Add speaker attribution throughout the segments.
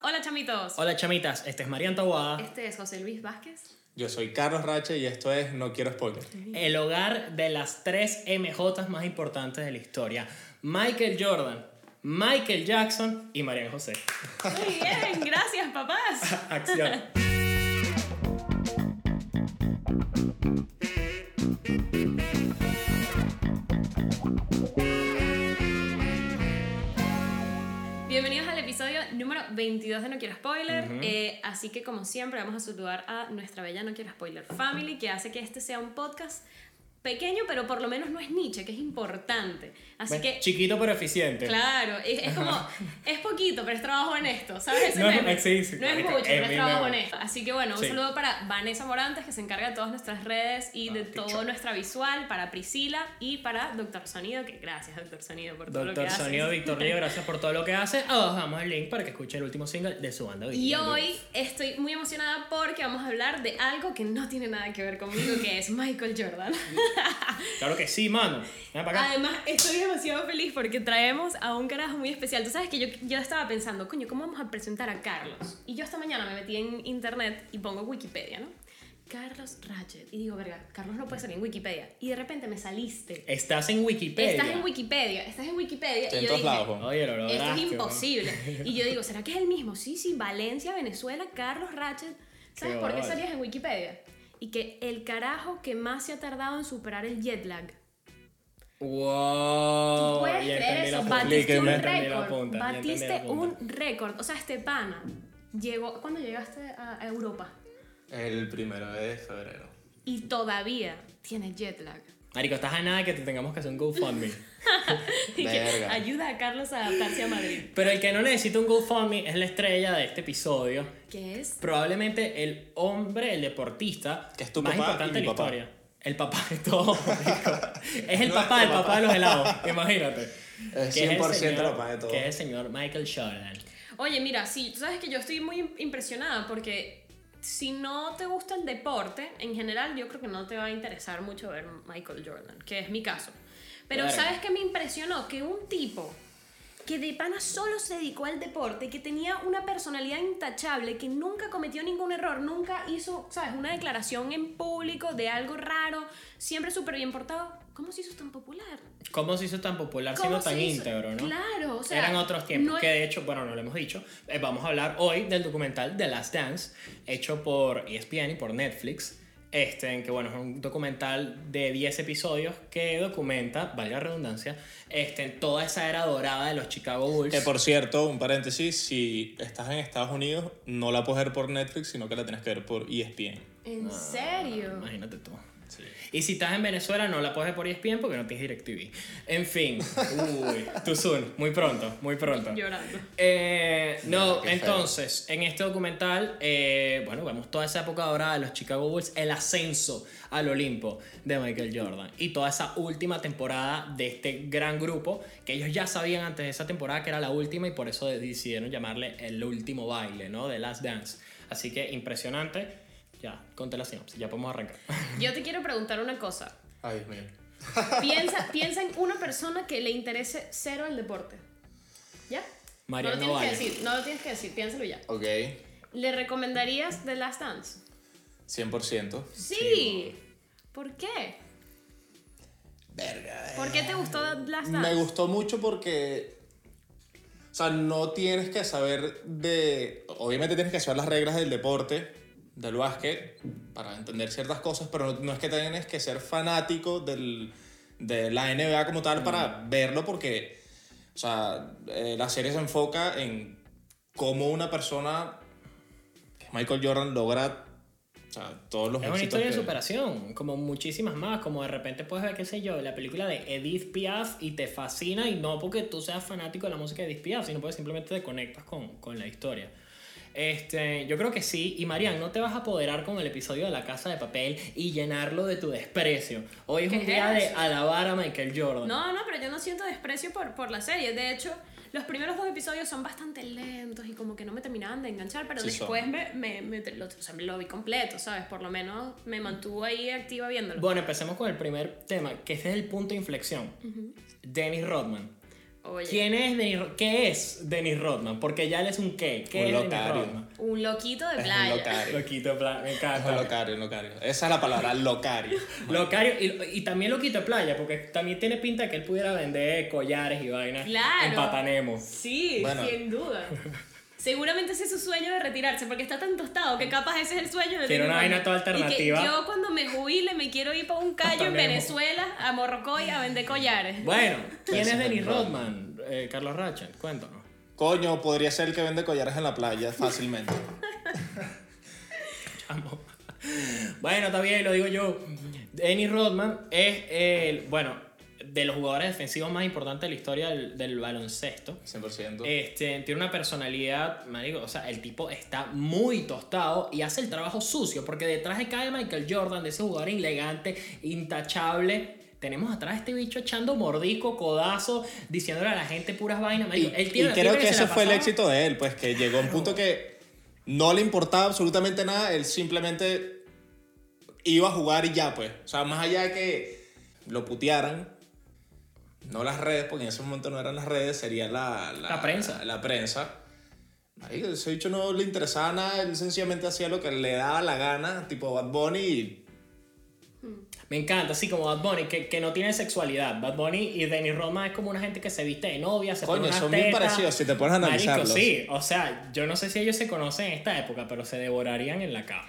Speaker 1: Hola chamitos.
Speaker 2: Hola chamitas, este es Marian Taboada,
Speaker 1: Este es José Luis Vázquez.
Speaker 3: Yo soy Carlos Rache y esto es No Quiero Spoiler.
Speaker 2: el hogar de las tres MJ más importantes de la historia. Michael Jordan, Michael Jackson y Marian José.
Speaker 1: Muy bien, gracias papás.
Speaker 2: Acción.
Speaker 1: Bienvenidos al episodio número 22 de No Quiero Spoiler. Eh, así que como siempre vamos a saludar a nuestra bella No Quiero Spoiler Family que hace que este sea un podcast pequeño pero por lo menos no es niche, que es importante. Así
Speaker 2: Bueno,
Speaker 1: que...
Speaker 2: Chiquito pero eficiente.
Speaker 1: Claro, es, es como, es poquito, pero es trabajo honesto, ¿sabes? Ese
Speaker 2: No,
Speaker 1: meme.
Speaker 2: sí, sí,
Speaker 1: No es
Speaker 2: marica,
Speaker 1: mucho, pero
Speaker 2: es
Speaker 1: es
Speaker 2: mi
Speaker 1: trabajo
Speaker 2: meme.
Speaker 1: honesto. Así que bueno, un
Speaker 2: Sí.
Speaker 1: saludo para Vanessa Morantes, que se encarga de todas nuestras redes y de
Speaker 2: Ah,
Speaker 1: todo
Speaker 2: picho.
Speaker 1: nuestra visual, para Priscila y para Doctor Sonido, que gracias Doctor Sonido por todo lo
Speaker 2: Doctor
Speaker 1: que
Speaker 2: Sonido
Speaker 1: haces.
Speaker 2: Víctor Río, gracias por todo lo que hace. Abajo dejamos el link para que escuche el último single de su banda.
Speaker 1: Y
Speaker 2: Viviendo.
Speaker 1: hoy estoy muy emocionada porque vamos a hablar de algo que no tiene nada que ver conmigo, que es Michael Jordan.
Speaker 2: Claro que sí, mano. Ven para acá.
Speaker 1: Además, estoy demasiado feliz porque traemos a un carajo muy especial. Tú sabes que yo, yo estaba pensando, coño, ¿cómo vamos a presentar a Carlos? Y yo esta mañana me metí en internet y pongo Wikipedia, ¿no? Carlos Ratchet. Y digo, verga, Carlos no puede salir en Wikipedia. Y de repente me saliste.
Speaker 2: Estás en Wikipedia.
Speaker 1: Estás en Wikipedia, estás en Wikipedia.
Speaker 3: Estoy
Speaker 1: y
Speaker 3: en
Speaker 1: yo
Speaker 3: todos
Speaker 1: dije,
Speaker 3: lados, Juan.
Speaker 2: Oye, lo lograste.
Speaker 1: esto es
Speaker 2: weón.
Speaker 1: imposible. Y yo digo, ¿será que es el mismo? Sí, sí, Valencia, Venezuela, Carlos Ratchet. ¿Sabes
Speaker 2: Qué
Speaker 1: por qué
Speaker 2: bolas.
Speaker 1: salías en Wikipedia? Y que el carajo que más se ha tardado en superar el jet lag.
Speaker 2: Wow.
Speaker 1: ¿Puedes
Speaker 2: ya
Speaker 1: creer
Speaker 2: entendí la
Speaker 1: eso?
Speaker 2: punta,
Speaker 1: Batiste
Speaker 3: Explíqueme.
Speaker 1: un
Speaker 2: ya entendí la
Speaker 1: récord.
Speaker 2: punta, ya entendí la
Speaker 1: Batiste
Speaker 2: punta.
Speaker 1: un récord. O sea, este pana llegó. ¿Cuándo llegaste a a Europa?
Speaker 3: El primero de febrero.
Speaker 1: Y todavía tiene jet lag.
Speaker 2: Marico, estás a nada que te tengamos que hacer un GoFundMe.
Speaker 1: Y que
Speaker 3: Verga.
Speaker 1: ayuda a Carlos a adaptarse a Madrid.
Speaker 2: Pero el que no necesita un GoFundMe es la estrella de este episodio.
Speaker 1: ¿Qué es?
Speaker 2: Probablemente el hombre, el deportista.
Speaker 3: Que es tu
Speaker 2: más
Speaker 3: papá
Speaker 2: importante de
Speaker 3: y mi
Speaker 2: la
Speaker 3: papá.
Speaker 2: historia. El papá de todo. marico. es el
Speaker 3: Nuestro
Speaker 2: papá del papá
Speaker 3: papá.
Speaker 2: de los helados. Imagínate.
Speaker 3: Es
Speaker 2: Que el
Speaker 3: 100%
Speaker 2: señor-
Speaker 3: la paz de todo.
Speaker 2: Que es el señor Michael Jordan.
Speaker 1: Oye, mira, sí, tú sabes que yo estoy muy im- impresionada porque si no te gusta el deporte, en general yo creo que no te va a interesar mucho ver Michael Jordan, que es mi caso. Pero
Speaker 2: Verga.
Speaker 1: ¿sabes qué me impresionó? Que un tipo que de pana solo se dedicó al deporte, que tenía una personalidad intachable, que nunca cometió ningún error, nunca hizo, ¿sabes? Una declaración en público de algo raro, siempre súper bien portado. ¿Cómo se hizo tan popular?
Speaker 2: ¿Cómo se hizo tan popular siendo
Speaker 1: ¿Cómo se
Speaker 2: tan
Speaker 1: hizo?
Speaker 2: íntegro, no?
Speaker 1: Claro, o sea,
Speaker 2: Eran otros tiempos.
Speaker 1: no
Speaker 2: que de hecho, bueno, no lo hemos dicho. eh, vamos a hablar hoy del documental The Last Dance, hecho por E ESPN y por Netflix. Este, en que bueno, es un documental de 10 episodios que documenta, valga la redundancia, este, toda esa era dorada de los Chicago Bulls.
Speaker 3: Que Eh, por cierto, un paréntesis, si estás en Estados Unidos, no la puedes ver por Netflix, sino que la tienes que ver por E ESPN.
Speaker 1: ¿En serio?
Speaker 2: Imagínate tú. Y si estás en Venezuela, no la puedes ver por E ESPN porque no tienes DirecTV. En fin, uy, too soon, muy pronto, muy pronto.
Speaker 1: Llorando.
Speaker 2: Eh, no,
Speaker 3: No, qué
Speaker 2: entonces, en este documental, eh, bueno, vemos toda esa época dorada de los Chicago Bulls, el ascenso al Olimpo de Michael Jordan y toda esa última temporada de este gran grupo que ellos ya sabían antes de esa temporada que era la última y por eso decidieron llamarle el último baile, ¿no? The Last Dance. Así que impresionante. Ya, conté la sinopsis, ya podemos arrancar.
Speaker 1: Yo te quiero preguntar una cosa.
Speaker 3: Ay, Dios mío.
Speaker 1: Piensa, piensa en una persona que le interese cero el deporte. ¿Ya?
Speaker 2: Mariano
Speaker 1: no lo tienes
Speaker 2: Valle.
Speaker 1: que decir, no lo tienes que decir, piénsalo ya.
Speaker 3: Ok,
Speaker 1: ¿Le recomendarías The Last Dance?
Speaker 3: 100%.
Speaker 1: Sí. ¿Por qué?
Speaker 3: Verga.
Speaker 1: ¿Por qué te gustó The Last Dance?
Speaker 3: Me gustó mucho porque. O sea, no tienes que saber de. Obviamente tienes que saber las reglas del deporte, del básquet, para entender ciertas cosas, pero no, no es que tienes que ser fanático del, de la NBA como tal para verlo, porque. O sea, eh, la serie se enfoca en cómo una persona, que es Michael Jordan, logra. O sea, todos los
Speaker 2: Es una
Speaker 3: éxitos
Speaker 2: historia de
Speaker 3: que-
Speaker 2: superación, como muchísimas más, como de repente puedes ver, qué sé yo, la película de Edith Piaf y te fascina y no porque tú seas fanático de la música de Edith Piaf, sino porque simplemente te conectas con, con la historia. Este, yo creo que sí, y Marian, no te vas a apoderar con el episodio de La Casa de Papel y llenarlo de tu desprecio. Hoy es
Speaker 1: ¿Qué
Speaker 2: un día
Speaker 1: es?
Speaker 2: de alabar a Michael Jordan.
Speaker 1: No, no, pero yo no siento desprecio por, por la serie. De hecho, los primeros dos episodios son bastante lentos y como que no me terminaban de enganchar, pero
Speaker 3: Sí, son.
Speaker 1: después me, me- me- lo, o sea, lo vi completo, ¿sabes? Por lo menos me mantuvo ahí activa viéndolo.
Speaker 2: Bueno, empecemos con el primer tema, que este es el punto de inflexión. Dennis Rodman.
Speaker 1: Oye,
Speaker 2: ¿Quién es Dennis Ro- ¿Qué es Dennis Rodman? Porque ya él es un qué. ¿Qué
Speaker 3: Un
Speaker 2: es
Speaker 3: locario.
Speaker 2: Dennis Rodman?
Speaker 1: un loquito de
Speaker 3: Es un
Speaker 1: playa.
Speaker 3: locario.
Speaker 2: Loquito, en plan, me
Speaker 3: Es un
Speaker 2: encanta.
Speaker 3: locario, un locario. Esa es la palabra, locario.
Speaker 2: Locario, y, y también loquito de playa, porque también tiene pinta de que él pudiera vender collares y vainas
Speaker 1: Claro.
Speaker 2: en Papanemo.
Speaker 1: Sí,
Speaker 3: Bueno.
Speaker 1: sin duda. Seguramente ese es su sueño de retirarse porque está tan tostado que capaz ese es el sueño de
Speaker 2: Quiero
Speaker 1: Dennis
Speaker 2: una vaina
Speaker 1: Rodman.
Speaker 2: toda
Speaker 1: Y que
Speaker 2: alternativa.
Speaker 1: yo cuando me jubile me quiero ir para un callo en
Speaker 2: También.
Speaker 1: Venezuela, a Morrocoy, a vender collares.
Speaker 2: Bueno, ¿quién es
Speaker 3: Pésimo
Speaker 2: Dennis
Speaker 3: Rodman.
Speaker 2: Rodman? Eh, Carlos Rachan, cuéntanos.
Speaker 3: Coño, podría ser el que vende collares en la playa fácilmente.
Speaker 2: Chamo. Bueno, está bien, lo digo yo. Dennis Rodman es el, bueno, de los jugadores defensivos más importantes de la historia del, del baloncesto.
Speaker 3: 100%.
Speaker 2: Este, tiene una personalidad, marico, o sea, el tipo está muy tostado y hace el trabajo sucio, porque detrás de cada Michael Jordan, de ese jugador elegante, intachable, tenemos atrás a este bicho echando mordisco, codazo, diciéndole a la gente puras vainas,
Speaker 3: y,
Speaker 2: marico. Él
Speaker 3: y
Speaker 2: tiene- tiene
Speaker 3: creo que
Speaker 2: se la
Speaker 3: ese fue el
Speaker 2: pasaba-
Speaker 3: éxito de él, pues que llegó a un punto que no le importaba absolutamente nada, él simplemente iba a jugar y ya, pues. O sea, más allá de que lo putearan, no las redes, porque en ese momento no eran las redes, sería la,
Speaker 2: La prensa.
Speaker 3: La, prensa. Marico, ese bicho no le interesaba nada, él sencillamente hacía lo que le daba la gana, tipo Bad Bunny y
Speaker 2: Me encanta, así como Bad Bunny, que, que no tiene sexualidad. Bad Bunny y Dennis Rodman es como una gente que se viste de novia, se
Speaker 3: Coño,
Speaker 2: pone unas
Speaker 3: son bien
Speaker 2: tetas.
Speaker 3: parecidos, si te pones a
Speaker 2: Marico,
Speaker 3: analizarlos.
Speaker 2: sí. O sea, yo no sé si ellos se conocen en esta época, pero se devorarían en la cama.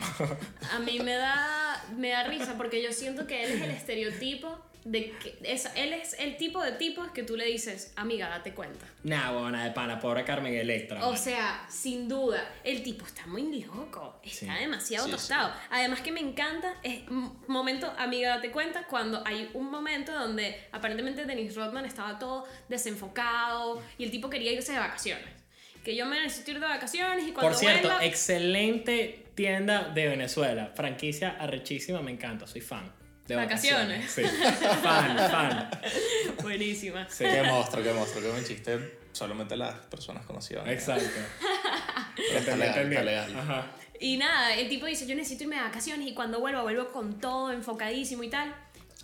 Speaker 1: A mí me da, me da risa porque yo siento que él es el estereotipo de que. es- él es el tipo de tipos que tú le dices, amiga, date cuenta.
Speaker 2: nah, buena de pana, pobre Carmen Electra.
Speaker 1: O
Speaker 2: man.
Speaker 1: sea, sin duda, el tipo está muy loco, está
Speaker 2: Sí.
Speaker 1: demasiado
Speaker 3: Sí, sí.
Speaker 1: tostado. Además que me encanta, es m- momento, amiga, date cuenta, cuando hay un momento donde aparentemente Dennis Rodman estaba todo desenfocado y el tipo quería irse de vacaciones. Que yo me necesito ir de vacaciones y cuando
Speaker 2: Por cierto,
Speaker 1: vuelva...
Speaker 2: excelente tienda de Venezuela. Franquicia arrechísima, me encanta, soy fan. De
Speaker 1: Vacaciones.
Speaker 2: Sí. fan, fan.
Speaker 1: Buenísima.
Speaker 2: Sí.
Speaker 3: qué monstruo, qué monstruo, qué buen chiste. Solamente las personas conocidas.
Speaker 2: Exacto.
Speaker 3: Está legal,
Speaker 2: Entendí.
Speaker 3: está legal.
Speaker 2: Ajá.
Speaker 1: Y nada, el tipo dice, yo necesito irme de vacaciones y cuando vuelvo, vuelvo con todo enfocadísimo y tal.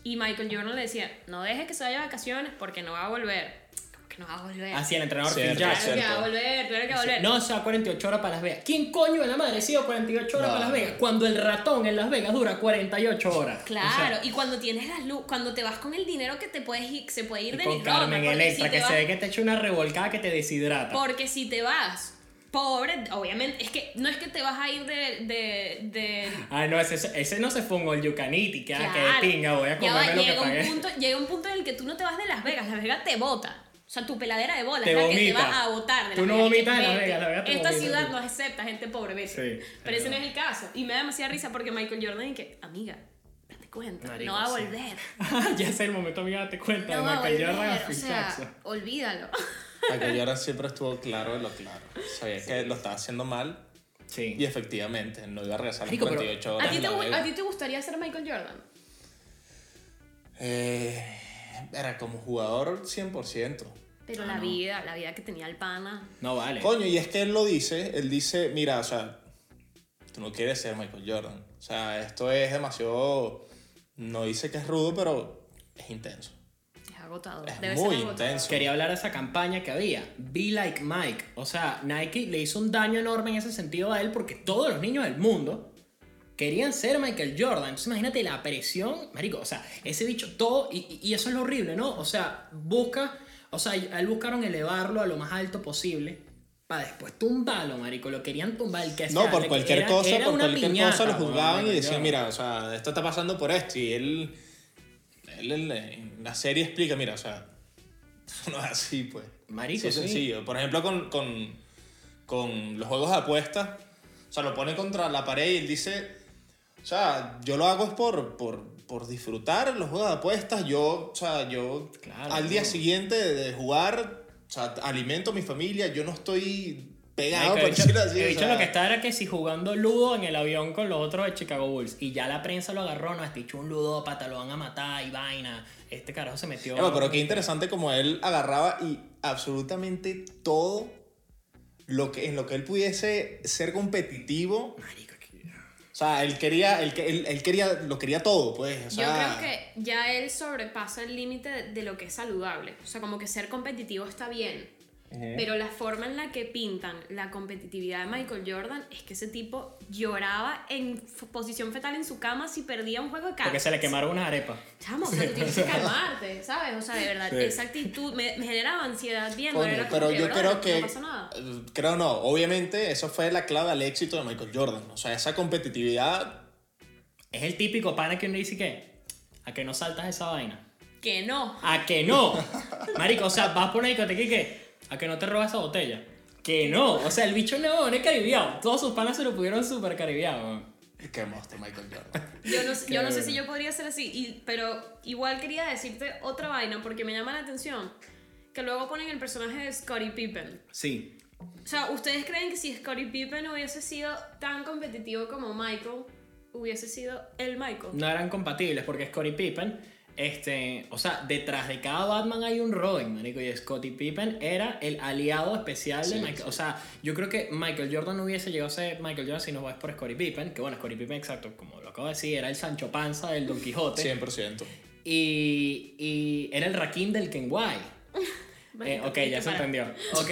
Speaker 1: Y Michael Jordan le decía, no dejes que se vaya de vacaciones porque no va a volver. ¿Cómo que no va a volver?
Speaker 2: Así el entrenador Phil
Speaker 3: Cierto,
Speaker 2: Jackson.
Speaker 1: Claro que va a
Speaker 3: Cierto.
Speaker 1: volver, claro que va a volver.
Speaker 2: No, o sea, 48 horas para Las Vegas. ¿Quién coño de la madre sido 48 horas
Speaker 3: No.
Speaker 2: para Las Vegas? Cuando el ratón en Las Vegas dura 48 horas.
Speaker 1: Claro, y cuando tienes las luz, cuando te vas con el dinero que te puedes ir, se puede ir
Speaker 2: Y
Speaker 1: de
Speaker 2: con Carmen Electra, que
Speaker 1: vas,
Speaker 2: se ve que te echa una revolcada que te deshidrata.
Speaker 1: Porque si te vas, pobre, obviamente, es que no es que te vas a ir de. de, de
Speaker 2: Ah, no, ese, ese no se fue un all you can eat y que, ah, que
Speaker 1: Claro.
Speaker 2: de pinga, voy a
Speaker 1: Ya va,
Speaker 2: comerme lo que
Speaker 1: llega un
Speaker 2: pagué.
Speaker 1: punto, llega un punto en el que tú no te vas de Las Vegas, Las Vegas te bota. O sea, tu peladera de bola
Speaker 2: Te
Speaker 1: es la que te
Speaker 2: vomita.
Speaker 1: va a botar. de
Speaker 2: Tú
Speaker 1: Las Vegas.
Speaker 2: no vomitas en Las
Speaker 1: Vete.
Speaker 2: Vegas, Las Vegas te
Speaker 1: Esta
Speaker 2: vomita.
Speaker 1: ciudad no acepta gente pobre, vete.
Speaker 2: Sí,
Speaker 1: Pero
Speaker 2: es
Speaker 1: ese no es el caso. Y me da demasiada risa porque Michael Jordan y que, amiga, date cuenta,
Speaker 2: Marico,
Speaker 1: no va a
Speaker 2: sí.
Speaker 1: volver.
Speaker 2: Ah, ya es el momento, amiga, date cuenta.
Speaker 1: No
Speaker 2: de
Speaker 1: va a
Speaker 2: Michael
Speaker 1: volver,
Speaker 2: Jordan a
Speaker 1: o
Speaker 2: Phil Jackson.
Speaker 1: sea, olvídalo.
Speaker 3: Michael Jordan siempre estuvo claro de lo claro. Sabía que lo estaba haciendo mal
Speaker 2: Sí.
Speaker 3: y efectivamente no iba a regresar las
Speaker 2: Marico, pero-
Speaker 3: 48 horas.
Speaker 1: ¿A ti,
Speaker 3: en
Speaker 1: te,
Speaker 3: la
Speaker 1: gu-
Speaker 3: liga.
Speaker 1: a ti te gustaría ser Michael Jordan?
Speaker 3: Eh, era como jugador 100%.
Speaker 1: Pero
Speaker 3: Ah,
Speaker 1: la vida, la vida que tenía el pana.
Speaker 2: No vale.
Speaker 3: Coño, y es que él lo dice, él dice, mira, o sea, tú no quieres ser Michael Jordan. O sea, esto es demasiado... No dice que es rudo, pero es intenso.
Speaker 1: Es agotador.
Speaker 3: Es
Speaker 1: Debe
Speaker 3: muy
Speaker 1: ser agotador.
Speaker 3: intenso.
Speaker 2: Pues, Quería hablar de esa campaña que había, Be Like Mike. O sea, Nike le hizo un daño enorme en ese sentido a él porque todos los niños del mundo querían ser Michael Jordan. Entonces imagínate la presión, marico. O sea, ese bicho todo, y, y- y eso es lo horrible, ¿no? O sea, busca, o sea, a él buscaron elevarlo a lo más alto posible para después tumbarlo, marico. Lo querían tumbar el que sea,
Speaker 3: No, por
Speaker 2: le-
Speaker 3: cualquier
Speaker 2: era-
Speaker 3: cosa,
Speaker 2: era
Speaker 3: por
Speaker 2: una
Speaker 3: cualquier
Speaker 2: piñata,
Speaker 3: cosa lo
Speaker 2: weón,
Speaker 3: juzgaban y
Speaker 2: Michael
Speaker 3: decían,
Speaker 2: Jordan.
Speaker 3: mira, o sea, esto está pasando por esto. Y él, él en la- en la serie explica, mira, o sea, no es así, pues.
Speaker 2: Marico,
Speaker 3: Así de
Speaker 2: sí.
Speaker 3: sencillo. Por ejemplo, con, con, con los juegos de apuestas, o sea, lo pone contra la pared y él dice, o sea, yo lo hago es por, por, por disfrutar los juegos de apuestas. Yo, o sea, yo
Speaker 2: Claro,
Speaker 3: al día
Speaker 2: claro.
Speaker 3: siguiente de jugar, o sea, alimento a mi familia, yo no estoy pegado,
Speaker 2: Marico,
Speaker 3: por
Speaker 2: el bicho-
Speaker 3: decirlo así,
Speaker 2: el
Speaker 3: o
Speaker 2: bicho
Speaker 3: sea.
Speaker 2: lo que está era que si jugando ludo en el avión con los otros de Chicago Bulls y ya la prensa lo agarró, no, este bicho es un ludópata, lo van a matar y vaina. Este carajo se metió.
Speaker 3: Emma, pero qué interesante como él agarraba y absolutamente todo lo que, en lo que él pudiese ser competitivo,
Speaker 2: Marico, qué-
Speaker 3: O sea, él quería, él, que- él, él quería, lo quería todo, pues. o
Speaker 1: Yo
Speaker 3: sea,
Speaker 1: creo que ya él sobrepasa el límite de- de lo que es saludable. O sea, como que ser competitivo está bien.
Speaker 3: Ujú.
Speaker 1: Pero la forma en la que pintan la competitividad de Michael Jordan es que ese tipo lloraba en f- posición fetal en su cama si perdía un juego de cartas.
Speaker 2: Porque se le quemaron unas arepas.
Speaker 1: Chamo, o sea, tú tienes que calmarte, ¿sabes? O sea, de verdad,
Speaker 2: Sí.
Speaker 1: esa actitud me, me generaba ansiedad viendo.
Speaker 3: Coño,
Speaker 1: era como
Speaker 3: pero
Speaker 1: que,
Speaker 3: yo
Speaker 1: "Bro,
Speaker 3: creo
Speaker 1: no
Speaker 3: que.
Speaker 1: pasa nada".
Speaker 3: eh, Creo no. Obviamente, eso fue la clave al éxito de Michael Jordan. O sea, esa competitividad.
Speaker 2: Es el típico pana que uno dice que. ¿A que no saltas esa vaina?
Speaker 1: Que no.
Speaker 2: ¿A que no? Marico, o sea, vas por una discoteca y que. ¿A que no te robas esa botella? Que no. O sea, el bicho no, no es caribeado. Todos sus panas se lo pudieron super caribeado.
Speaker 3: Qué monstruo, Michael Jordan.
Speaker 1: Yo no, sé- yo no sé
Speaker 2: Claro.
Speaker 1: si yo podría ser así, y- pero igual quería decirte otra vaina porque me llama la atención. Que luego ponen el personaje de Scottie Pippen.
Speaker 2: Sí.
Speaker 1: O sea, ¿ustedes creen que si Scottie Pippen hubiese sido tan competitivo como Michael, hubiese sido el Michael?
Speaker 2: No eran compatibles porque Scottie Pippen, este, o sea, detrás de cada Batman hay un Robin, marico, y Scottie Pippen era el aliado especial de
Speaker 3: Sí,
Speaker 2: Michael.
Speaker 3: sí.
Speaker 2: O sea, yo creo que Michael Jordan no hubiese llegado a ser Michael Jordan si no es por Scottie Pippen, que bueno, Scottie Pippen, exacto, como lo acabo de decir, era el Sancho Panza del Don Quijote
Speaker 3: 100%.
Speaker 2: y, y era el Rakim del Kenway. Eh, ok, ya se entendió. Ok.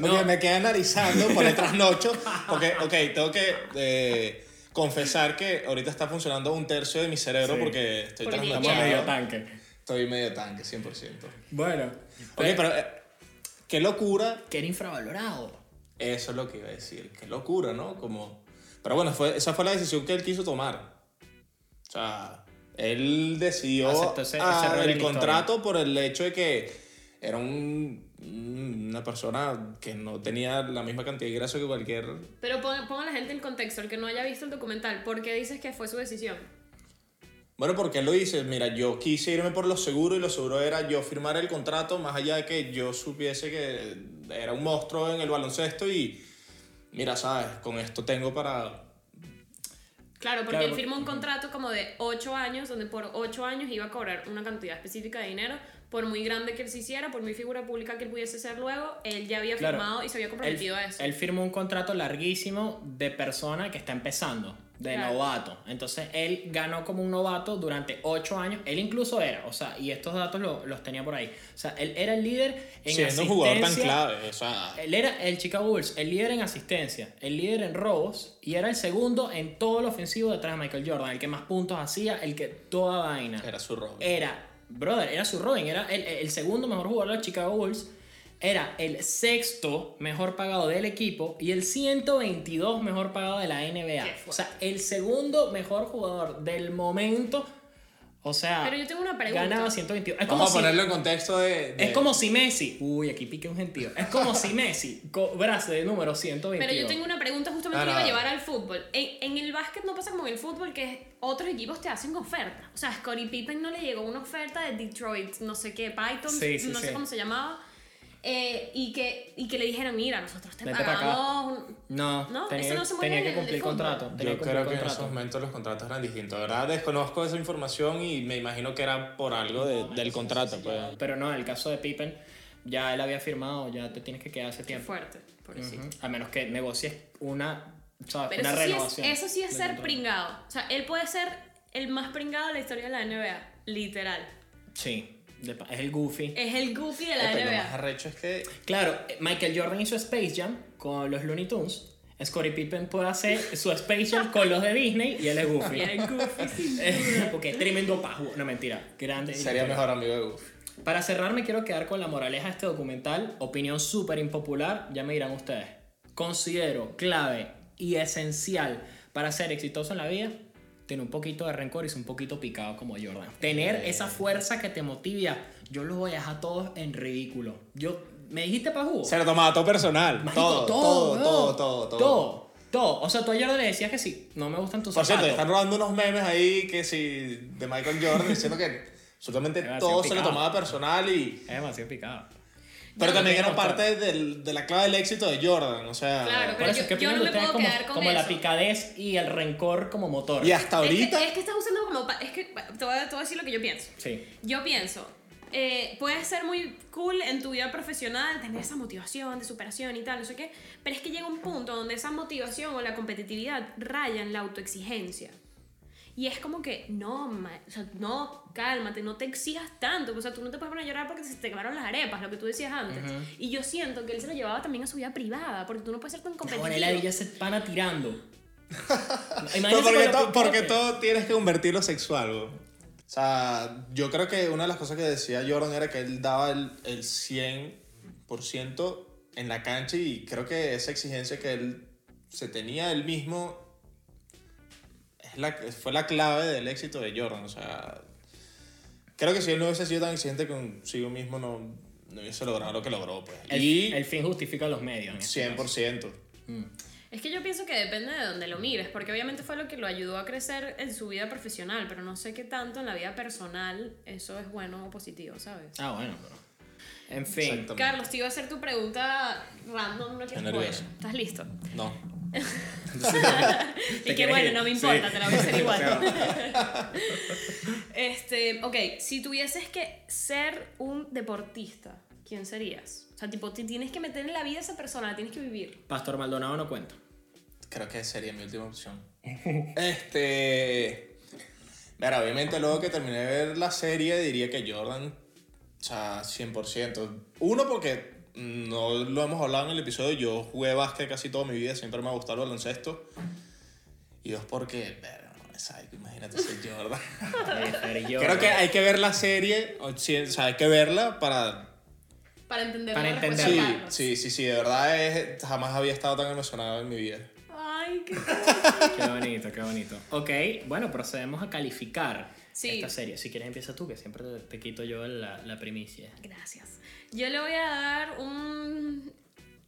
Speaker 3: Porque me quedé analizando por el trasnocho. Porque, ok, tengo que eh, confesar que ahorita está funcionando un tercio de mi cerebro
Speaker 2: Sí.
Speaker 3: porque estoy
Speaker 1: Porque
Speaker 3: trasnochado.
Speaker 2: Estamos medio tanque.
Speaker 3: Estoy medio tanque, 100%.
Speaker 2: Bueno.
Speaker 3: Ok, pero eh, qué locura.
Speaker 2: Que era infravalorado.
Speaker 3: Eso es lo que iba a decir. Qué locura, ¿no? Como... Pero bueno, fue, esa fue la decisión que él quiso tomar. O sea, él decidió
Speaker 2: Aceptó ese- ese
Speaker 3: ah,
Speaker 2: rol en la
Speaker 3: el
Speaker 2: historia.
Speaker 3: contrato por el hecho de que era un- una persona que no tenía la misma cantidad de grasa que cualquier
Speaker 1: Pero pon- ponga a la gente en contexto, el que no haya visto el documental, ¿por qué dices que fue su decisión?
Speaker 3: Bueno, porque él lo dice, mira, yo quise irme por lo seguro y lo seguro era yo firmar el contrato, más allá de que yo supiese que era un monstruo en el baloncesto y, mira, sabes, con esto tengo para...
Speaker 1: Claro, porque
Speaker 2: Claro,
Speaker 1: él
Speaker 2: porque-
Speaker 1: firmó un contrato como de 8 años, donde por 8 años iba a cobrar una cantidad específica de dinero, por muy grande que él se hiciera, por muy figura pública que él pudiese ser luego, él ya había
Speaker 2: Claro.
Speaker 1: firmado y se había comprometido
Speaker 2: él,
Speaker 1: a eso.
Speaker 2: él firmó un contrato larguísimo de persona que está empezando, de
Speaker 1: Claro.
Speaker 2: novato. Entonces él ganó como un novato durante ocho años. Él incluso era, o sea, y estos datos lo- los tenía por ahí. O sea, él era el líder en
Speaker 3: siendo un jugador tan
Speaker 2: asistencia. eh,
Speaker 3: clave, o sea...
Speaker 2: Él era el Chicago Bulls, el líder en asistencia, el líder en robos y era el segundo en todo lo ofensivo detrás de Michael Jordan, el que más puntos hacía, el que toda vaina
Speaker 3: Era su rol.
Speaker 2: era, brother, era su Robin, era el, el segundo mejor jugador de los Chicago Bulls, era el sexto mejor pagado del equipo y el 122 mejor pagado de la NBA.
Speaker 1: Qué fuerte.
Speaker 2: O sea, el segundo mejor jugador del momento. O sea,
Speaker 1: Pero yo tengo una pregunta.
Speaker 2: ganaba 122. Es como
Speaker 3: Vamos a
Speaker 2: si-
Speaker 3: ponerlo en contexto de... de-
Speaker 2: es como si Messi. Uy, aquí pique un gentío. Es como si Messi cobrase de número 122.
Speaker 1: Pero yo tengo una pregunta justamente
Speaker 3: Ah,
Speaker 1: que iba a
Speaker 3: no.
Speaker 1: llevar al fútbol. En, en el básquet no pasa como en el fútbol que otros equipos te hacen oferta. O sea, Scottie Pippen no le llegó una oferta de Detroit, no sé qué, Python,
Speaker 2: Sí, sí,
Speaker 1: no
Speaker 2: sí.
Speaker 1: sé cómo se llamaba. eh, y, que, y que le dijeron, mira, nosotros te
Speaker 2: Vente pa' acá.
Speaker 1: pagamos... un-
Speaker 2: No,
Speaker 1: No,
Speaker 2: tenía,
Speaker 1: eso no se mueve
Speaker 2: tenía
Speaker 1: en
Speaker 2: que
Speaker 1: el- el
Speaker 2: cumplir
Speaker 1: fútbol.
Speaker 2: contrato. tenía
Speaker 3: Yo creo
Speaker 2: cumplir
Speaker 3: que en
Speaker 2: contrato.
Speaker 3: esos momentos los contratos eran distintos, ¿verdad? Desconozco esa información y me imagino que era por algo de- del contrato. pues.
Speaker 2: Pero no, en el caso de Pippen, ya él había firmado, ya te tienes que quedar hace
Speaker 1: Qué
Speaker 2: tiempo.
Speaker 1: fuerte, pobrecito.
Speaker 2: Ujú. A menos que negocies una, ¿sabes?
Speaker 1: Pero
Speaker 2: una
Speaker 1: eso,
Speaker 2: renovación.
Speaker 1: sí es, eso sí es
Speaker 2: del
Speaker 1: ser
Speaker 2: contrato.
Speaker 1: pringado. O sea, él puede ser el más pringado de la historia de la NBA. Literal.
Speaker 2: Sí, de pa- es el goofy.
Speaker 1: Es el goofy de la
Speaker 3: Epa, y lo más
Speaker 1: NBA.
Speaker 3: arrecho es que
Speaker 2: Claro, eh, Michael Jordan hizo Space Jam con los Looney Tunes. Scottie Pippen puede hacer su Space Jam con los de Disney y él es goofy.
Speaker 1: Y era el goofy, sí.
Speaker 2: Eh, Porque es tremendo pajo. No, mentira. Grande.
Speaker 3: sería
Speaker 2: Pero-
Speaker 3: mejor amigo de Goofy.
Speaker 2: Para cerrar, me quiero quedar con la moraleja de este documental, opinión súper impopular, ya me dirán ustedes. Considero clave y esencial para ser exitoso en la vida tener un poquito de rencor y ser un poquito picado como Jordan. Tener esa fuerza que te motiva. Yo los voy a dejar todos en ridículo. Yo, ¿Me dijiste para jugo?
Speaker 3: Se lo tomaba todo personal.
Speaker 2: Marico,
Speaker 3: todo, todo,
Speaker 2: weón.
Speaker 3: todo, todo, todo,
Speaker 2: Todo, todo. O sea, tú a Jordan le decías que sí, no me gustan tus
Speaker 3: Por cierto,
Speaker 2: zapatos.
Speaker 3: están robando unos memes ahí que si de Michael Jordan diciendo que absolutamente
Speaker 2: Demasiado
Speaker 3: todo se lo
Speaker 2: picado.
Speaker 3: tomaba personal y...
Speaker 2: Es demasiado picado.
Speaker 3: Pero
Speaker 2: Yo
Speaker 3: también
Speaker 2: creo
Speaker 3: era
Speaker 2: que-
Speaker 3: parte del- de la clave del éxito de Jordan, o sea...
Speaker 1: Claro,
Speaker 2: Por
Speaker 1: Pero
Speaker 2: eso,
Speaker 1: yo-
Speaker 2: ¿qué
Speaker 1: yo
Speaker 2: opinan
Speaker 1: no me
Speaker 2: ustedes
Speaker 1: puedo
Speaker 2: como,
Speaker 1: quedar con
Speaker 2: como la
Speaker 1: eso.
Speaker 2: picadez y el rencor como motor?
Speaker 3: Y hasta
Speaker 1: Es que-
Speaker 3: ahorita...
Speaker 1: Es que, estás usando como. pa- Es que te voy, a, te voy a decir lo que yo pienso.
Speaker 2: Sí.
Speaker 1: Yo pienso eh, puede ser muy cool en tu vida profesional, tener esa motivación de superación y tal, no sé qué, pero es que llega un punto donde esa motivación o la competitividad raya en la autoexigencia. Y es como que, no, ma- o sea, no, cálmate, no te exijas tanto. O sea, tú no te puedes poner a llorar porque se te quemaron las arepas, lo que tú decías antes. Y yo siento que él se lo llevaba también a su vida privada, porque tú no puedes ser tan competitivo.
Speaker 2: Ahora la villa se pana tirando.
Speaker 3: Pero
Speaker 2: Imagínate
Speaker 3: porque,
Speaker 2: con lo
Speaker 3: to-
Speaker 2: que
Speaker 3: porque
Speaker 2: tiene.
Speaker 3: todo tienes que convertirlo sexual, güey. O sea, yo creo que una de las cosas que decía Jordan era que él daba el, el 100% en la cancha y creo que esa exigencia que él se tenía él mismo es la, fue la clave del éxito de Jordan. O sea, creo que si él no hubiese sido tan exigente consigo mismo, no, no hubiese logrado lo que logró. Pues.
Speaker 2: El,
Speaker 3: y
Speaker 2: el fin justifica los medios. este ¿no?
Speaker 3: 100%.
Speaker 1: Es que yo pienso que depende de donde lo mires, porque obviamente fue lo que lo ayudó a crecer en su vida profesional, pero no sé qué tanto en la vida personal eso es bueno o positivo, ¿sabes?
Speaker 2: Ah, bueno, pero. En fin.
Speaker 3: Exacto.
Speaker 1: Carlos, te iba a hacer tu pregunta random, no
Speaker 3: Estoy
Speaker 1: tienes
Speaker 3: nervioso.
Speaker 1: poder. ¿Estás listo?
Speaker 3: No.
Speaker 1: Y que
Speaker 2: quieres
Speaker 1: bueno,
Speaker 2: ir?
Speaker 1: no me importa,
Speaker 2: Sí.
Speaker 1: te la voy a hacer igual. este, ok, si tuvieses que ser un deportista, ¿quién serías? O sea, tipo, te tienes que meter en la vida a esa persona, la tienes que vivir.
Speaker 2: Pastor Maldonado no cuenta.
Speaker 3: Creo que sería mi última opción. este. Mira, obviamente luego que terminé de ver la serie diría que Jordan, o sea, 100%. Uno porque no lo hemos hablado en el episodio, yo jugué básquet casi toda mi vida, siempre me ha gustado el baloncesto. Y dos porque, verga, no, exacto, imagínate ser Jordan.
Speaker 2: Eh,
Speaker 3: Creo que hay que ver la serie, o sí, o sea, hay que verla para
Speaker 1: Para entender
Speaker 2: Para
Speaker 1: la respuesta
Speaker 2: entender.
Speaker 1: de
Speaker 3: Sí,
Speaker 1: Carlos.
Speaker 3: sí, sí, sí, de verdad es- jamás había estado tan emocionado en mi vida.
Speaker 1: Ay, qué
Speaker 2: Qué bonito, qué bonito. Ok, bueno, procedemos a calificar
Speaker 1: Sí.
Speaker 2: esta serie. Si quieres empieza tú, que siempre te, te quito yo la, la primicia.
Speaker 1: Gracias. Yo le voy a dar un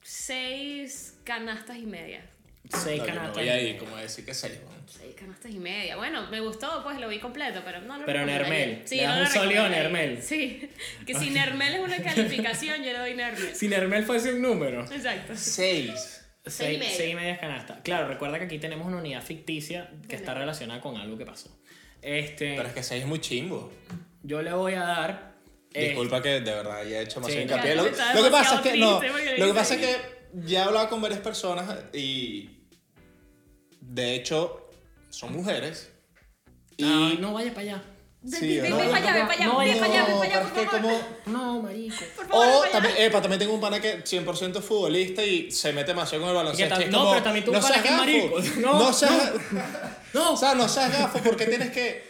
Speaker 1: 6 canastas y media.
Speaker 2: Seis
Speaker 3: No, yo no
Speaker 2: canastas.
Speaker 3: voy ahí, como a decir que seis, weón.
Speaker 1: 6 canastas y media. Bueno, me gustó, pues lo vi completo, pero no lo
Speaker 2: Pero
Speaker 1: recomendaría.
Speaker 2: Nermel, le das
Speaker 1: lo
Speaker 2: un sólido a
Speaker 1: recomendaría.
Speaker 2: Nermel.
Speaker 1: Sí, que si Nermel es una calificación, yo le doy Nermel.
Speaker 2: Si Nermel fuese un número.
Speaker 1: Exacto.
Speaker 3: Seis.
Speaker 1: Seis y
Speaker 2: Seis,
Speaker 1: media.
Speaker 2: seis y medias canastas. Claro, recuerda que aquí tenemos una unidad ficticia que está relacionada con algo que pasó. Este,
Speaker 3: Pero es que seis es muy chimbo.
Speaker 2: yo le voy a dar... eh,
Speaker 3: Disculpa que de verdad ya he hecho más
Speaker 2: Sí,
Speaker 3: hincapié.
Speaker 1: no,
Speaker 3: Lo,
Speaker 1: no, está
Speaker 3: lo que pasa
Speaker 1: demasiado
Speaker 3: es que no.
Speaker 1: triste porque
Speaker 3: Lo que
Speaker 1: dice
Speaker 3: pasa es
Speaker 1: ahí.
Speaker 3: que ya he hablado con varias personas y de hecho son mujeres. Y
Speaker 2: ay, no vayas para allá.
Speaker 1: Ve-
Speaker 3: Sí,
Speaker 1: ve- ve
Speaker 3: no,
Speaker 1: para allá, ve para allá,
Speaker 2: Ah, no,
Speaker 1: ve para allá, ve
Speaker 3: no,
Speaker 1: para
Speaker 3: pero
Speaker 1: allá,
Speaker 3: es
Speaker 1: por
Speaker 3: que
Speaker 1: favor.
Speaker 3: como-
Speaker 2: No, marico.
Speaker 1: Por favor, ve
Speaker 3: O
Speaker 1: para
Speaker 3: también,
Speaker 1: allá.
Speaker 3: epa, también tengo un pana que 100% futbolista y se mete demasiado con el
Speaker 2: Y que
Speaker 3: baloncesto.
Speaker 2: tam-
Speaker 3: y es
Speaker 2: no,
Speaker 3: como,
Speaker 2: pero también tengo un pana
Speaker 3: seas
Speaker 2: que es
Speaker 3: gafo.
Speaker 2: marico. No,
Speaker 3: No, seas,
Speaker 2: No.
Speaker 3: O sea, no seas gafo porque tienes que...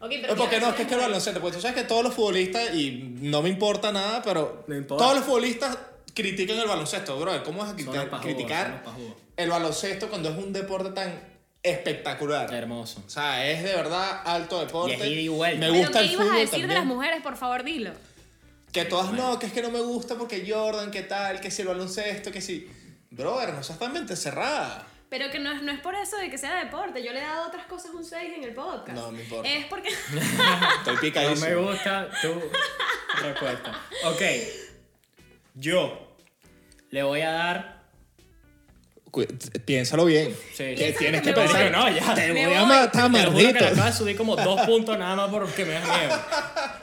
Speaker 1: Ok,
Speaker 3: Eh,
Speaker 1: pero
Speaker 3: Porque
Speaker 1: mira,
Speaker 3: no, es que es que el baloncesto, porque tú sabes que todos los futbolistas, y no me importa nada, pero
Speaker 2: No importa.
Speaker 3: todos los futbolistas critican el baloncesto, bro. ¿Cómo vas a
Speaker 2: Son unos
Speaker 3: criti-
Speaker 2: pajudos, son
Speaker 3: criticar
Speaker 2: unos pajudos.
Speaker 3: el baloncesto cuando es un deporte tan espectacular?
Speaker 2: Hermoso.
Speaker 3: O sea, es de verdad alto deporte.
Speaker 2: Eh. Y es ida y vuelta.
Speaker 3: Me
Speaker 2: Pero,
Speaker 1: Pero,
Speaker 3: gusta
Speaker 1: ¿qué
Speaker 3: el
Speaker 1: ibas
Speaker 3: fútbol
Speaker 1: a decir de
Speaker 3: también.
Speaker 1: las mujeres? Por favor, dilo.
Speaker 3: Que todas no, que es que no me gusta porque Jordan, que tal, que si el baloncesto, que si... Brother, no seas tan mente cerrada.
Speaker 1: Pero que no es, no es por eso de que sea deporte. Yo le he dado otras cosas un 6 en el podcast.
Speaker 3: No, me importa.
Speaker 1: Es porque...
Speaker 3: Estoy
Speaker 2: No
Speaker 3: picadísimo.
Speaker 2: me gusta tu respuesta. Ok. Yo le voy a dar.
Speaker 3: Cu- Piénsalo bien.
Speaker 2: Sí,
Speaker 3: Que
Speaker 2: sí.
Speaker 3: Tienes
Speaker 1: que
Speaker 3: que
Speaker 1: me
Speaker 2: Pero
Speaker 3: pensar.
Speaker 1: voy.
Speaker 2: no, ya.
Speaker 3: Te
Speaker 1: Me
Speaker 3: voy a
Speaker 1: voy.
Speaker 3: matar,
Speaker 2: Te lo juro que le
Speaker 3: maldito.
Speaker 2: acabo de subir como dos puntos nada más porque me das miedo.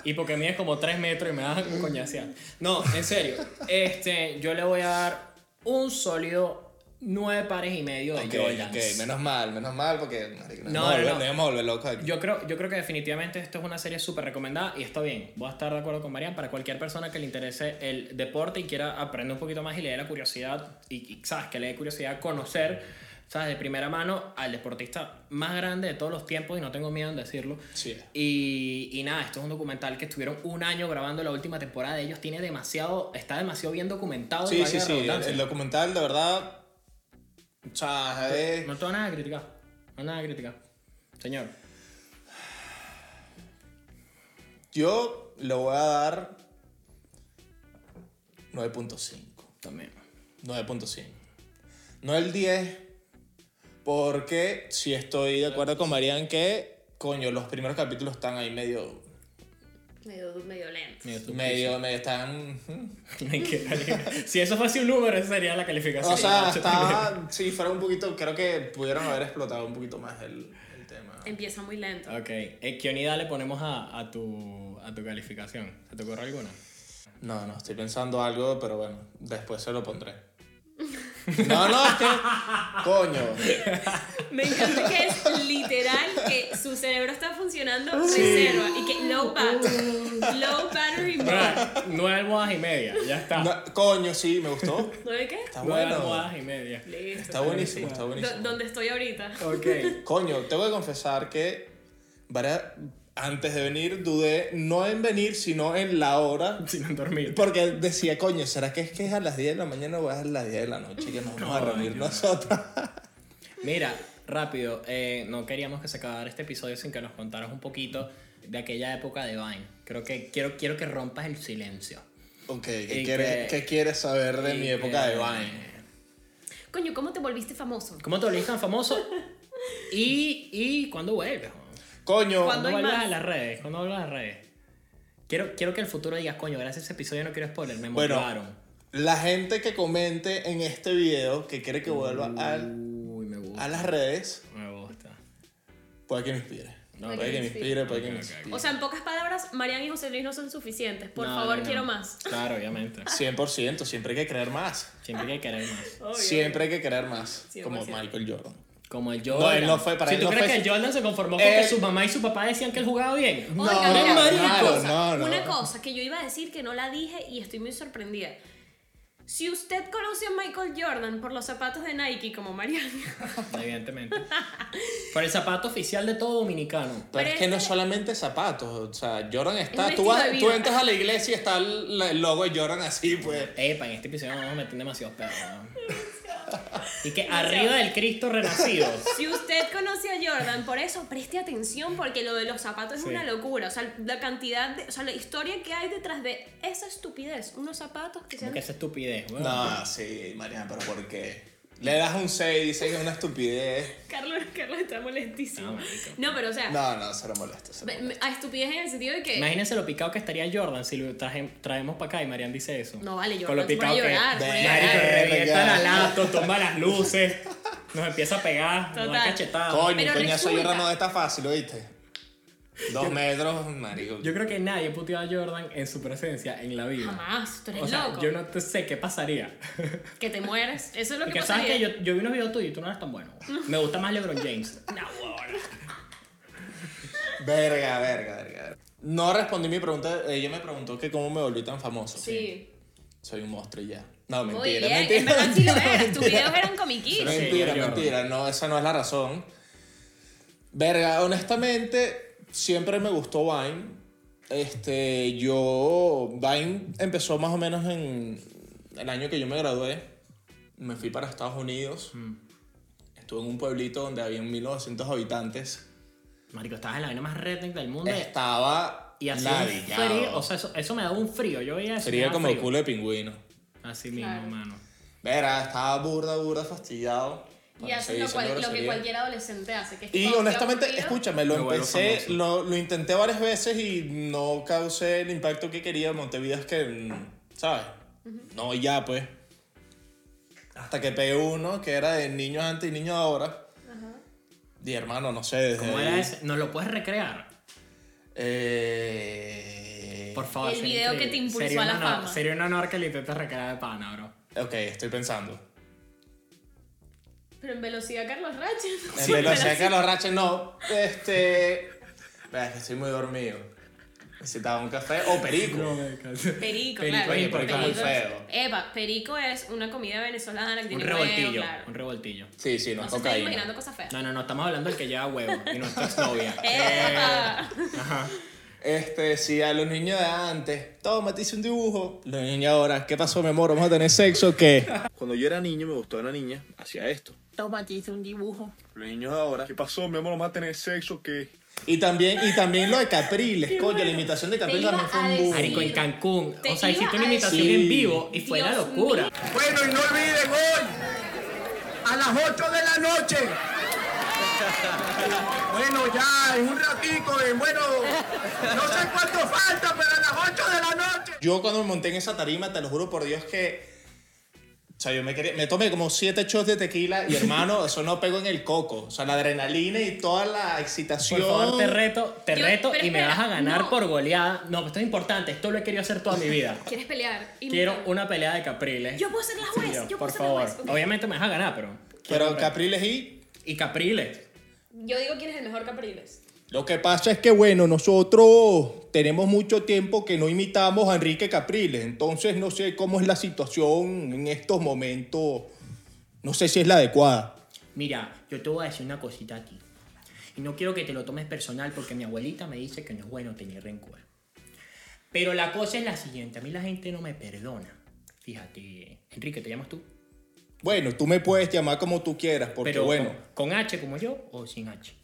Speaker 2: Y porque mides como tres metros y me das un coñaceado. No, en serio. Este, yo le voy a dar un sólido nueve pares y medio de
Speaker 3: Ok,
Speaker 2: Jordans.
Speaker 3: ok, menos mal, menos mal, porque marico, nos
Speaker 2: No,
Speaker 3: vamos a
Speaker 2: no,
Speaker 3: volver-
Speaker 2: no.
Speaker 3: nos vamos a volver locos aquí.
Speaker 2: Yo creo, yo creo que definitivamente esto es una serie súper recomendada y está bien. Voy a estar de acuerdo con Marian para cualquier persona que le interese el deporte y quiera aprender un poquito más y le dé la curiosidad y, y, sabes que le dé curiosidad a conocer, sabes, de primera mano al deportista más grande de todos los tiempos y no tengo miedo en decirlo.
Speaker 3: Sí.
Speaker 2: Y, y nada, esto es un documental que estuvieron un año grabando la última temporada de ellos. Tiene demasiado, está demasiado bien documentado.
Speaker 3: Sí,
Speaker 2: valga
Speaker 3: sí,
Speaker 2: la
Speaker 3: sí. El,
Speaker 2: redundancia.
Speaker 3: el documental, de verdad. O sea, es-
Speaker 2: No tengo nada que criticar. No nada que criticar. Señor.
Speaker 3: yo le voy a dar 9.5.
Speaker 2: También.
Speaker 3: 9.5. No el 10, porque si estoy de acuerdo con Marian que, coño, los primeros capítulos están ahí medio.
Speaker 1: medio, medio lento.
Speaker 2: Medio estúpido.
Speaker 3: medio, medio están. ujú.
Speaker 2: Ay, qué marica. si eso fuese un número, esa sería la calificación.
Speaker 3: O sea, estaba. Si fuera un poquito. Creo que pudieron haber explotado un poquito más el, el tema.
Speaker 1: Empieza muy lento.
Speaker 2: Ok, eh, ¿qué unidad le ponemos a, a tu, a tu calificación? ¿Se te ocurre alguna?
Speaker 3: No, no, estoy pensando algo, pero bueno, después se lo pondré. No, no, es que. Coño.
Speaker 1: Me encanta que es literal que su cerebro está funcionando reserva y que low battery, low battery mode.
Speaker 2: Bueno, nueve almohadas y media, ya está.
Speaker 3: No, coño, sí, me gustó.
Speaker 1: ¿No ve qué?
Speaker 3: Está
Speaker 2: nueve
Speaker 3: bueno.
Speaker 2: almohadas y media.
Speaker 1: Listo.
Speaker 3: Está buenísimo, está
Speaker 1: Do-
Speaker 3: buenísimo.
Speaker 1: Donde estoy ahorita.
Speaker 2: Ok.
Speaker 3: Coño, te voy a confesar que para- antes de venir dudé no en venir, sino en la hora.
Speaker 2: Sin dormir.
Speaker 3: Porque decía, coño, ¿será que es que es a las 10 de la mañana o es a las 10 de la noche que nos vamos a reunir nosotros?
Speaker 2: Mira, rápido, eh, no queríamos que se acabara este episodio sin que nos contaras un poquito de aquella época de Vine. Creo que quiero, quiero que rompas el silencio.
Speaker 3: Ok, ¿qué,
Speaker 2: Y que-
Speaker 3: quieres, ¿qué quieres saber de
Speaker 2: Y
Speaker 3: mi época de
Speaker 2: que-
Speaker 3: Vine?
Speaker 1: Coño, ¿cómo te volviste famoso?
Speaker 2: ¿Cómo te volviste tan famoso? ¿Y, y cuándo vuelves? jo?
Speaker 3: Coño,
Speaker 1: ¿Cuándo
Speaker 2: ¿Cuándo
Speaker 1: hay
Speaker 2: vuelves
Speaker 1: más?
Speaker 2: a las redes? ¿Cuándo vuelves a las redes? Quiero, quiero que el futuro digas, coño, gracias a ese episodio no quiero spoiler, me
Speaker 3: Bueno.
Speaker 2: motivaron.
Speaker 3: la gente que comente en este video que quiere que vuelva al-
Speaker 2: Uy, me
Speaker 3: a
Speaker 2: gusta.
Speaker 3: las redes,
Speaker 2: Me gusta.
Speaker 3: puede que me inspire.
Speaker 2: No,
Speaker 3: puede que me inspire, puede que me
Speaker 2: Ok, ok, ok.
Speaker 3: inspire.
Speaker 1: O sea, en pocas palabras, Marian y José Luis no son suficientes. Por
Speaker 2: No,
Speaker 1: favor,
Speaker 2: no, no.
Speaker 1: quiero más.
Speaker 2: Claro, obviamente.
Speaker 3: 100%, siempre hay que creer más.
Speaker 2: Siempre hay que querer más.
Speaker 3: Siempre hay que creer más.
Speaker 1: 100%.
Speaker 3: Como Michael Jordan.
Speaker 2: Como el Jordan.
Speaker 3: él no fue, para
Speaker 2: si
Speaker 3: él
Speaker 2: tú
Speaker 3: no
Speaker 2: crees
Speaker 3: fue-
Speaker 2: que el Jordan se conformó con
Speaker 3: Eh.
Speaker 2: que su mamá y su papá decían que él jugaba bien.
Speaker 3: No,
Speaker 1: Oiga, mira,
Speaker 2: no,
Speaker 1: una,
Speaker 2: no,
Speaker 1: cosa,
Speaker 3: no, no.
Speaker 1: una cosa que yo iba a decir que no la dije y estoy muy sorprendida. Si usted conoce a Michael Jordan por los zapatos de Nike como Marian,
Speaker 2: Evidentemente. Por el zapato oficial de todo dominicano.
Speaker 3: Pero
Speaker 1: Pero
Speaker 3: es que no
Speaker 1: ese-
Speaker 3: solamente zapatos, o sea, Jordan
Speaker 1: Es
Speaker 3: está,
Speaker 1: un
Speaker 3: tú, vas-
Speaker 1: estilo de
Speaker 3: tú
Speaker 1: vida.
Speaker 3: entras a la iglesia y está el, el logo de Jordan así, pues.
Speaker 2: Epa, en este episodio nos vamos a meter demasiados pedos. ¿no? Y que arriba del Cristo renacido.
Speaker 1: si usted conoce a Jordan por eso, preste atención porque lo de los zapatos es
Speaker 2: Sí.
Speaker 1: una locura. O sea, la cantidad, de, o sea, la historia que hay detrás de esa estupidez, unos zapatos que
Speaker 2: Como
Speaker 1: sean...
Speaker 2: que esa estupidez, weón.
Speaker 3: No, sí, Mariana, pero ¿por qué? Le das un 6 y dices que es una estupidez.
Speaker 1: Carlos, Carlos está molestísimo.
Speaker 2: No,
Speaker 1: No,
Speaker 2: Ah, marico.
Speaker 1: pero o sea,
Speaker 3: No, no, se lo molesta. se lo
Speaker 1: Ah. ve-
Speaker 3: molesta.
Speaker 1: me- a estupidez en el sentido de que...
Speaker 2: Imagínense lo picado que estaría Jordan si lo traje- traemos para acá y Marian dice eso.
Speaker 1: No, vale,
Speaker 2: Con lo
Speaker 1: Jordan se pone a
Speaker 2: picado que
Speaker 1: llorar, se pone a
Speaker 2: Marico,
Speaker 3: llorar.
Speaker 2: revienta la
Speaker 3: Verga.
Speaker 2: lato, toma las luces, nos empieza a pegar, nos da
Speaker 1: Total.
Speaker 2: cachetada.
Speaker 3: Coño,
Speaker 1: Pero
Speaker 3: coñazo
Speaker 1: resulta-
Speaker 3: Jordan no está fácil, ¿oíste? Dos metros, marico.
Speaker 2: Yo creo que nadie puteó a Jordan en su presencia en la vida.
Speaker 1: Jamás, tú eres
Speaker 2: O sea,
Speaker 1: loco.
Speaker 2: yo no te sé qué pasaría.
Speaker 1: Que te mueres. Eso es lo que
Speaker 2: Porque sabes
Speaker 1: pasaría.
Speaker 2: que yo, yo vi unos videos tuyos y tú no eres tan bueno. Me gusta más LeBron James.
Speaker 1: No, ahora.
Speaker 3: Verga, verga, verga. verga. No respondí mi pregunta. Ella me preguntó que cómo me volví tan famoso.
Speaker 1: Sí.
Speaker 3: Soy un monstruo y ya. No, mentira,
Speaker 1: Muy bien.
Speaker 3: mentira.
Speaker 1: en verdad sí lo
Speaker 3: mentira,
Speaker 1: eras. Tus
Speaker 3: mentira.
Speaker 1: videos eran comiquísimos.
Speaker 2: Sí,
Speaker 3: Mentira,
Speaker 2: ya lloro.
Speaker 3: mentira, no, esa no es la razón. Verga, honestamente, siempre me gustó Vine. Este, yo, Vine empezó más o menos en el año que yo me gradué. Me fui para Estados Unidos.
Speaker 2: Mm.
Speaker 3: Estuve en un pueblito donde había 1900 habitantes.
Speaker 2: Marico, estabas en la vaina más redneck del mundo.
Speaker 3: Estaba
Speaker 2: Y así
Speaker 3: ladillado.
Speaker 2: frío. O sea, eso, eso me daba un frío. Yo veía eso. me
Speaker 3: Frío
Speaker 2: daba
Speaker 3: como
Speaker 2: frío.
Speaker 3: culo de pingüino.
Speaker 2: Así mismo,
Speaker 1: Claro.
Speaker 2: mano.
Speaker 3: Verga, estaba burda, burda, fastidiado.
Speaker 1: Y
Speaker 3: Bueno,
Speaker 1: haces
Speaker 3: seguí
Speaker 1: lo, cual-
Speaker 3: diciendo
Speaker 1: lo que
Speaker 3: groserías.
Speaker 1: cualquier adolescente hace. Que es que
Speaker 3: Y
Speaker 1: cuando esté
Speaker 3: honestamente,
Speaker 1: aburrido,
Speaker 3: escúchame, lo
Speaker 2: Me vuelvo
Speaker 3: empecé,
Speaker 2: famoso.
Speaker 3: lo, lo intenté varias veces y no causé el impacto que quería. Montevideo es que, mm, ¿sabes? No, y ya pues. Hasta que pegué uno que era de niños antes y niños ahora. Y hermano, no sé, desde
Speaker 2: ¿Cómo
Speaker 3: ahí-
Speaker 2: era ese? ¿Nos lo puedes recrear?
Speaker 3: Eh...
Speaker 2: Por favor.
Speaker 1: El
Speaker 2: sería
Speaker 1: video que te
Speaker 2: increíble.
Speaker 1: impulsó
Speaker 2: Sería
Speaker 1: a la
Speaker 2: un honor-
Speaker 1: fama.
Speaker 2: Sería un honor que le intentes recrear de pana, bro.
Speaker 3: Ok, estoy pensando.
Speaker 1: Pero en velocidad, Carlos Ratchet.
Speaker 3: En velocidad que los raches no. Este. Espera, es que estoy muy dormido. Necesitaba un café o perico.
Speaker 1: Perico,
Speaker 2: Perico,
Speaker 1: claro.
Speaker 2: oye, perico es muy
Speaker 3: feo.
Speaker 1: Epa, perico es una comida venezolana que
Speaker 2: Un
Speaker 1: tiene
Speaker 2: revoltillo.
Speaker 1: huevo, claro.
Speaker 2: Un revoltillo.
Speaker 3: Sí, sí, no,
Speaker 1: No
Speaker 3: es
Speaker 1: se está
Speaker 3: cocaína.
Speaker 1: imaginando cosas feas.
Speaker 2: No, no, no, estamos hablando del que lleva huevo y no es tu exnovia. Eh,
Speaker 1: ¡Epa!
Speaker 4: Eh.
Speaker 3: Este, si a los niños de antes, toma, te hice un dibujo. Los niños ahora, ¿qué pasó, mi amor? ¿Vamos a tener sexo o qué?
Speaker 5: Cuando yo era niño me gustaba una niña, hacía esto.
Speaker 4: Toma, te hice un dibujo.
Speaker 5: Los niños de ahora, ¿qué pasó, mi amor? ¿Vamos a tener sexo que
Speaker 3: Y también, y también lo de Capriles, coño, la imitación de Capriles
Speaker 1: Te iba
Speaker 3: también fue
Speaker 1: a
Speaker 3: un
Speaker 1: decir.
Speaker 3: boom.
Speaker 2: Marico, en Cancún.
Speaker 1: Te
Speaker 2: O sea, hiciste
Speaker 1: iba
Speaker 2: una
Speaker 1: a
Speaker 2: imitación
Speaker 3: decir-
Speaker 2: en vivo y fue la
Speaker 1: Dios
Speaker 2: locura.
Speaker 1: mío.
Speaker 6: Bueno, y no olviden hoy, a las 8 de la noche. Bueno, ya, en un ratico, en- bueno, no sé cuánto falta, pero a las 8 de la noche.
Speaker 3: Yo cuando me monté en esa tarima, te lo juro por Dios que O sea, yo me, quería- me tomé como siete shots de tequila y hermano, eso no pegó en el coco. O sea, la adrenalina y toda la excitación.
Speaker 2: Por favor, te reto, te
Speaker 1: Yo-
Speaker 2: reto
Speaker 1: pero
Speaker 2: y me
Speaker 1: espera,
Speaker 2: vas a ganar
Speaker 1: no.
Speaker 2: por goleada. No, esto es importante, esto lo he querido hacer toda mi vida.
Speaker 1: ¿Quieres pelear? Y-
Speaker 2: Quiero una pelea de Capriles.
Speaker 1: Yo puedo ser la juez.
Speaker 2: Yo,
Speaker 1: yo puedo
Speaker 2: por
Speaker 1: ser la
Speaker 2: favor.
Speaker 1: juez, ok.
Speaker 2: Obviamente me vas a ganar, pero.
Speaker 3: Pero
Speaker 2: Quiero-
Speaker 3: Capriles y
Speaker 2: Y Capriles.
Speaker 1: Yo digo quién es el mejor Capriles.
Speaker 3: Lo que pasa es que, bueno, nosotros tenemos mucho tiempo que no imitamos a Enrique Capriles, entonces no sé cómo es la situación en estos momentos, no sé si es la adecuada.
Speaker 2: Mira, yo te voy a decir una cosita aquí. Y no quiero que te lo tomes personal porque mi abuelita me dice que no es bueno tener rencor. Pero la cosa es la siguiente, a mí la gente no me perdona. Fíjate, Enrique, ¿te llamas tú?
Speaker 3: Bueno, tú me puedes llamar como tú quieras, porque
Speaker 2: Pero
Speaker 3: bueno,
Speaker 2: ¿Con con H como yo o sin H?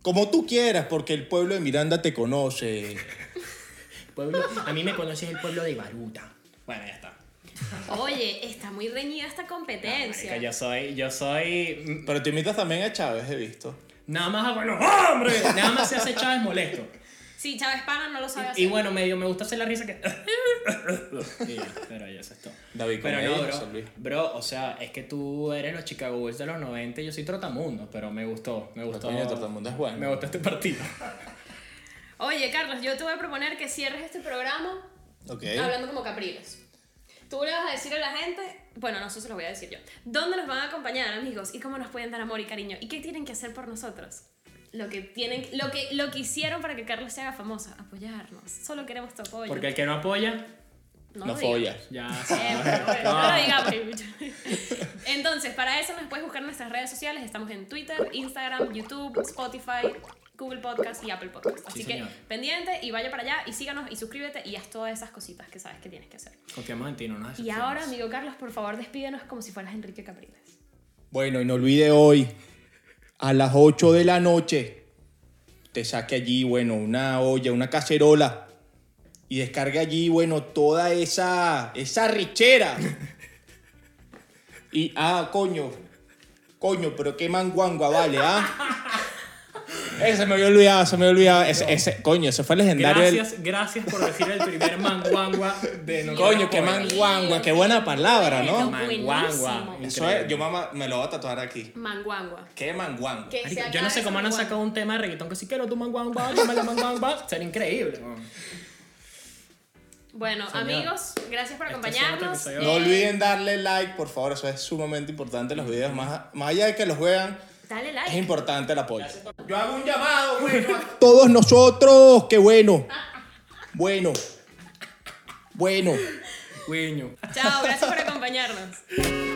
Speaker 3: como tú quieras, porque el pueblo de Miranda te conoce.
Speaker 2: Pueblo, a mí me conoces el pueblo de Baruta. Bueno, ya está.
Speaker 1: Oye, está muy reñida esta competencia.
Speaker 2: Marica, yo soy, yo soy mm,
Speaker 3: Pero te imitas también a Chávez, he visto.
Speaker 2: Nada más hago los hombres. Nada más se hace Chávez molesto.
Speaker 1: Sí, Chávez Pana no lo sabe hacer.
Speaker 2: Y bueno, medio me gusta hacer la risa que. Y ya, pero ya eso es todo.
Speaker 3: David
Speaker 2: pero
Speaker 3: Comedia,
Speaker 2: no,
Speaker 3: José
Speaker 2: bro,
Speaker 3: Luis.
Speaker 2: bro, o sea, es que tú eres los Chicago Bulls de los 90 y yo soy Trotamundo, pero me gustó, me gustó.
Speaker 3: coño, Trotamundo es bueno.
Speaker 2: Me gustó este partido.
Speaker 1: Oye, Carlos, yo te voy a proponer que cierres este programa
Speaker 3: Ok.
Speaker 1: hablando como Capriles. Tú le vas a decir a la gente, bueno, no sé si lo voy a decir yo, ¿dónde nos van a acompañar, amigos? ¿Y cómo nos pueden dar amor y cariño? ¿Y qué tienen que hacer por nosotros? Lo que, tienen, lo que, lo que hicieron para que Carlos se haga famosa, apoyarnos. Solo queremos tu apoyo.
Speaker 2: Porque el que no apoya,
Speaker 1: no
Speaker 3: No
Speaker 1: lo digas.
Speaker 3: follas.
Speaker 2: ya.
Speaker 1: Eh, pero bueno, no lo digamos. Entonces, para eso nos puedes buscar en nuestras redes sociales. Estamos en Twitter, Instagram, YouTube, Spotify, Google Podcast y Apple Podcast. Así
Speaker 2: Sí,
Speaker 1: que
Speaker 2: señor.
Speaker 1: pendiente y vaya para allá y síganos y suscríbete y haz todas esas cositas que sabes que tienes que hacer.
Speaker 2: Confiamos en ti, no nos
Speaker 1: Y
Speaker 2: decepciones.
Speaker 1: ahora, amigo Carlos, por favor, despídenos como si fueras Enrique Capriles.
Speaker 3: Bueno, y no olvide hoy, a las 8 de la noche, te saque allí, bueno, una olla, una cacerola y descargue allí, bueno, toda esa, esa richera. Y, ah, coño, coño, pero qué manguangua, vale, ah. Ese se me había olvidado, se me había olvidado. Ese, ese- coño, ese fue el legendario. del-
Speaker 2: Gracias, gracias por decir el primer manguangua de no
Speaker 3: Coño, qué
Speaker 2: apoya.
Speaker 3: manguangua, qué buena palabra, ¿no?
Speaker 2: Manguangua.
Speaker 1: Buenísimo.
Speaker 3: Eso es, yo mamá, me lo voy a tatuar aquí.
Speaker 1: Manguangua.
Speaker 3: Qué manguangua.
Speaker 1: Que
Speaker 2: Marico,
Speaker 1: se
Speaker 2: yo no sé
Speaker 1: acabe
Speaker 2: cómo no han
Speaker 1: manguangua.
Speaker 2: sacado un tema de reggaetón que si quiero tu manguangua, dame la manguangua. Sería increíble. weón.
Speaker 1: Bueno,
Speaker 2: Señor.
Speaker 1: amigos, gracias por
Speaker 2: Este es otro
Speaker 1: acompañarnos.
Speaker 2: episodio.
Speaker 3: No
Speaker 1: Eh,
Speaker 3: olviden darle like, por favor, eso es sumamente importante. Los videos, más, más allá de que los vean,
Speaker 1: Dale
Speaker 3: es
Speaker 2: Em-
Speaker 1: like.
Speaker 3: importante el apoyo.
Speaker 6: Yo hago un llamado, bueno. a-
Speaker 3: Todos nosotros, qué bueno. Bueno. Bueno.
Speaker 2: Güeño.
Speaker 1: Chao, gracias por acompañarnos.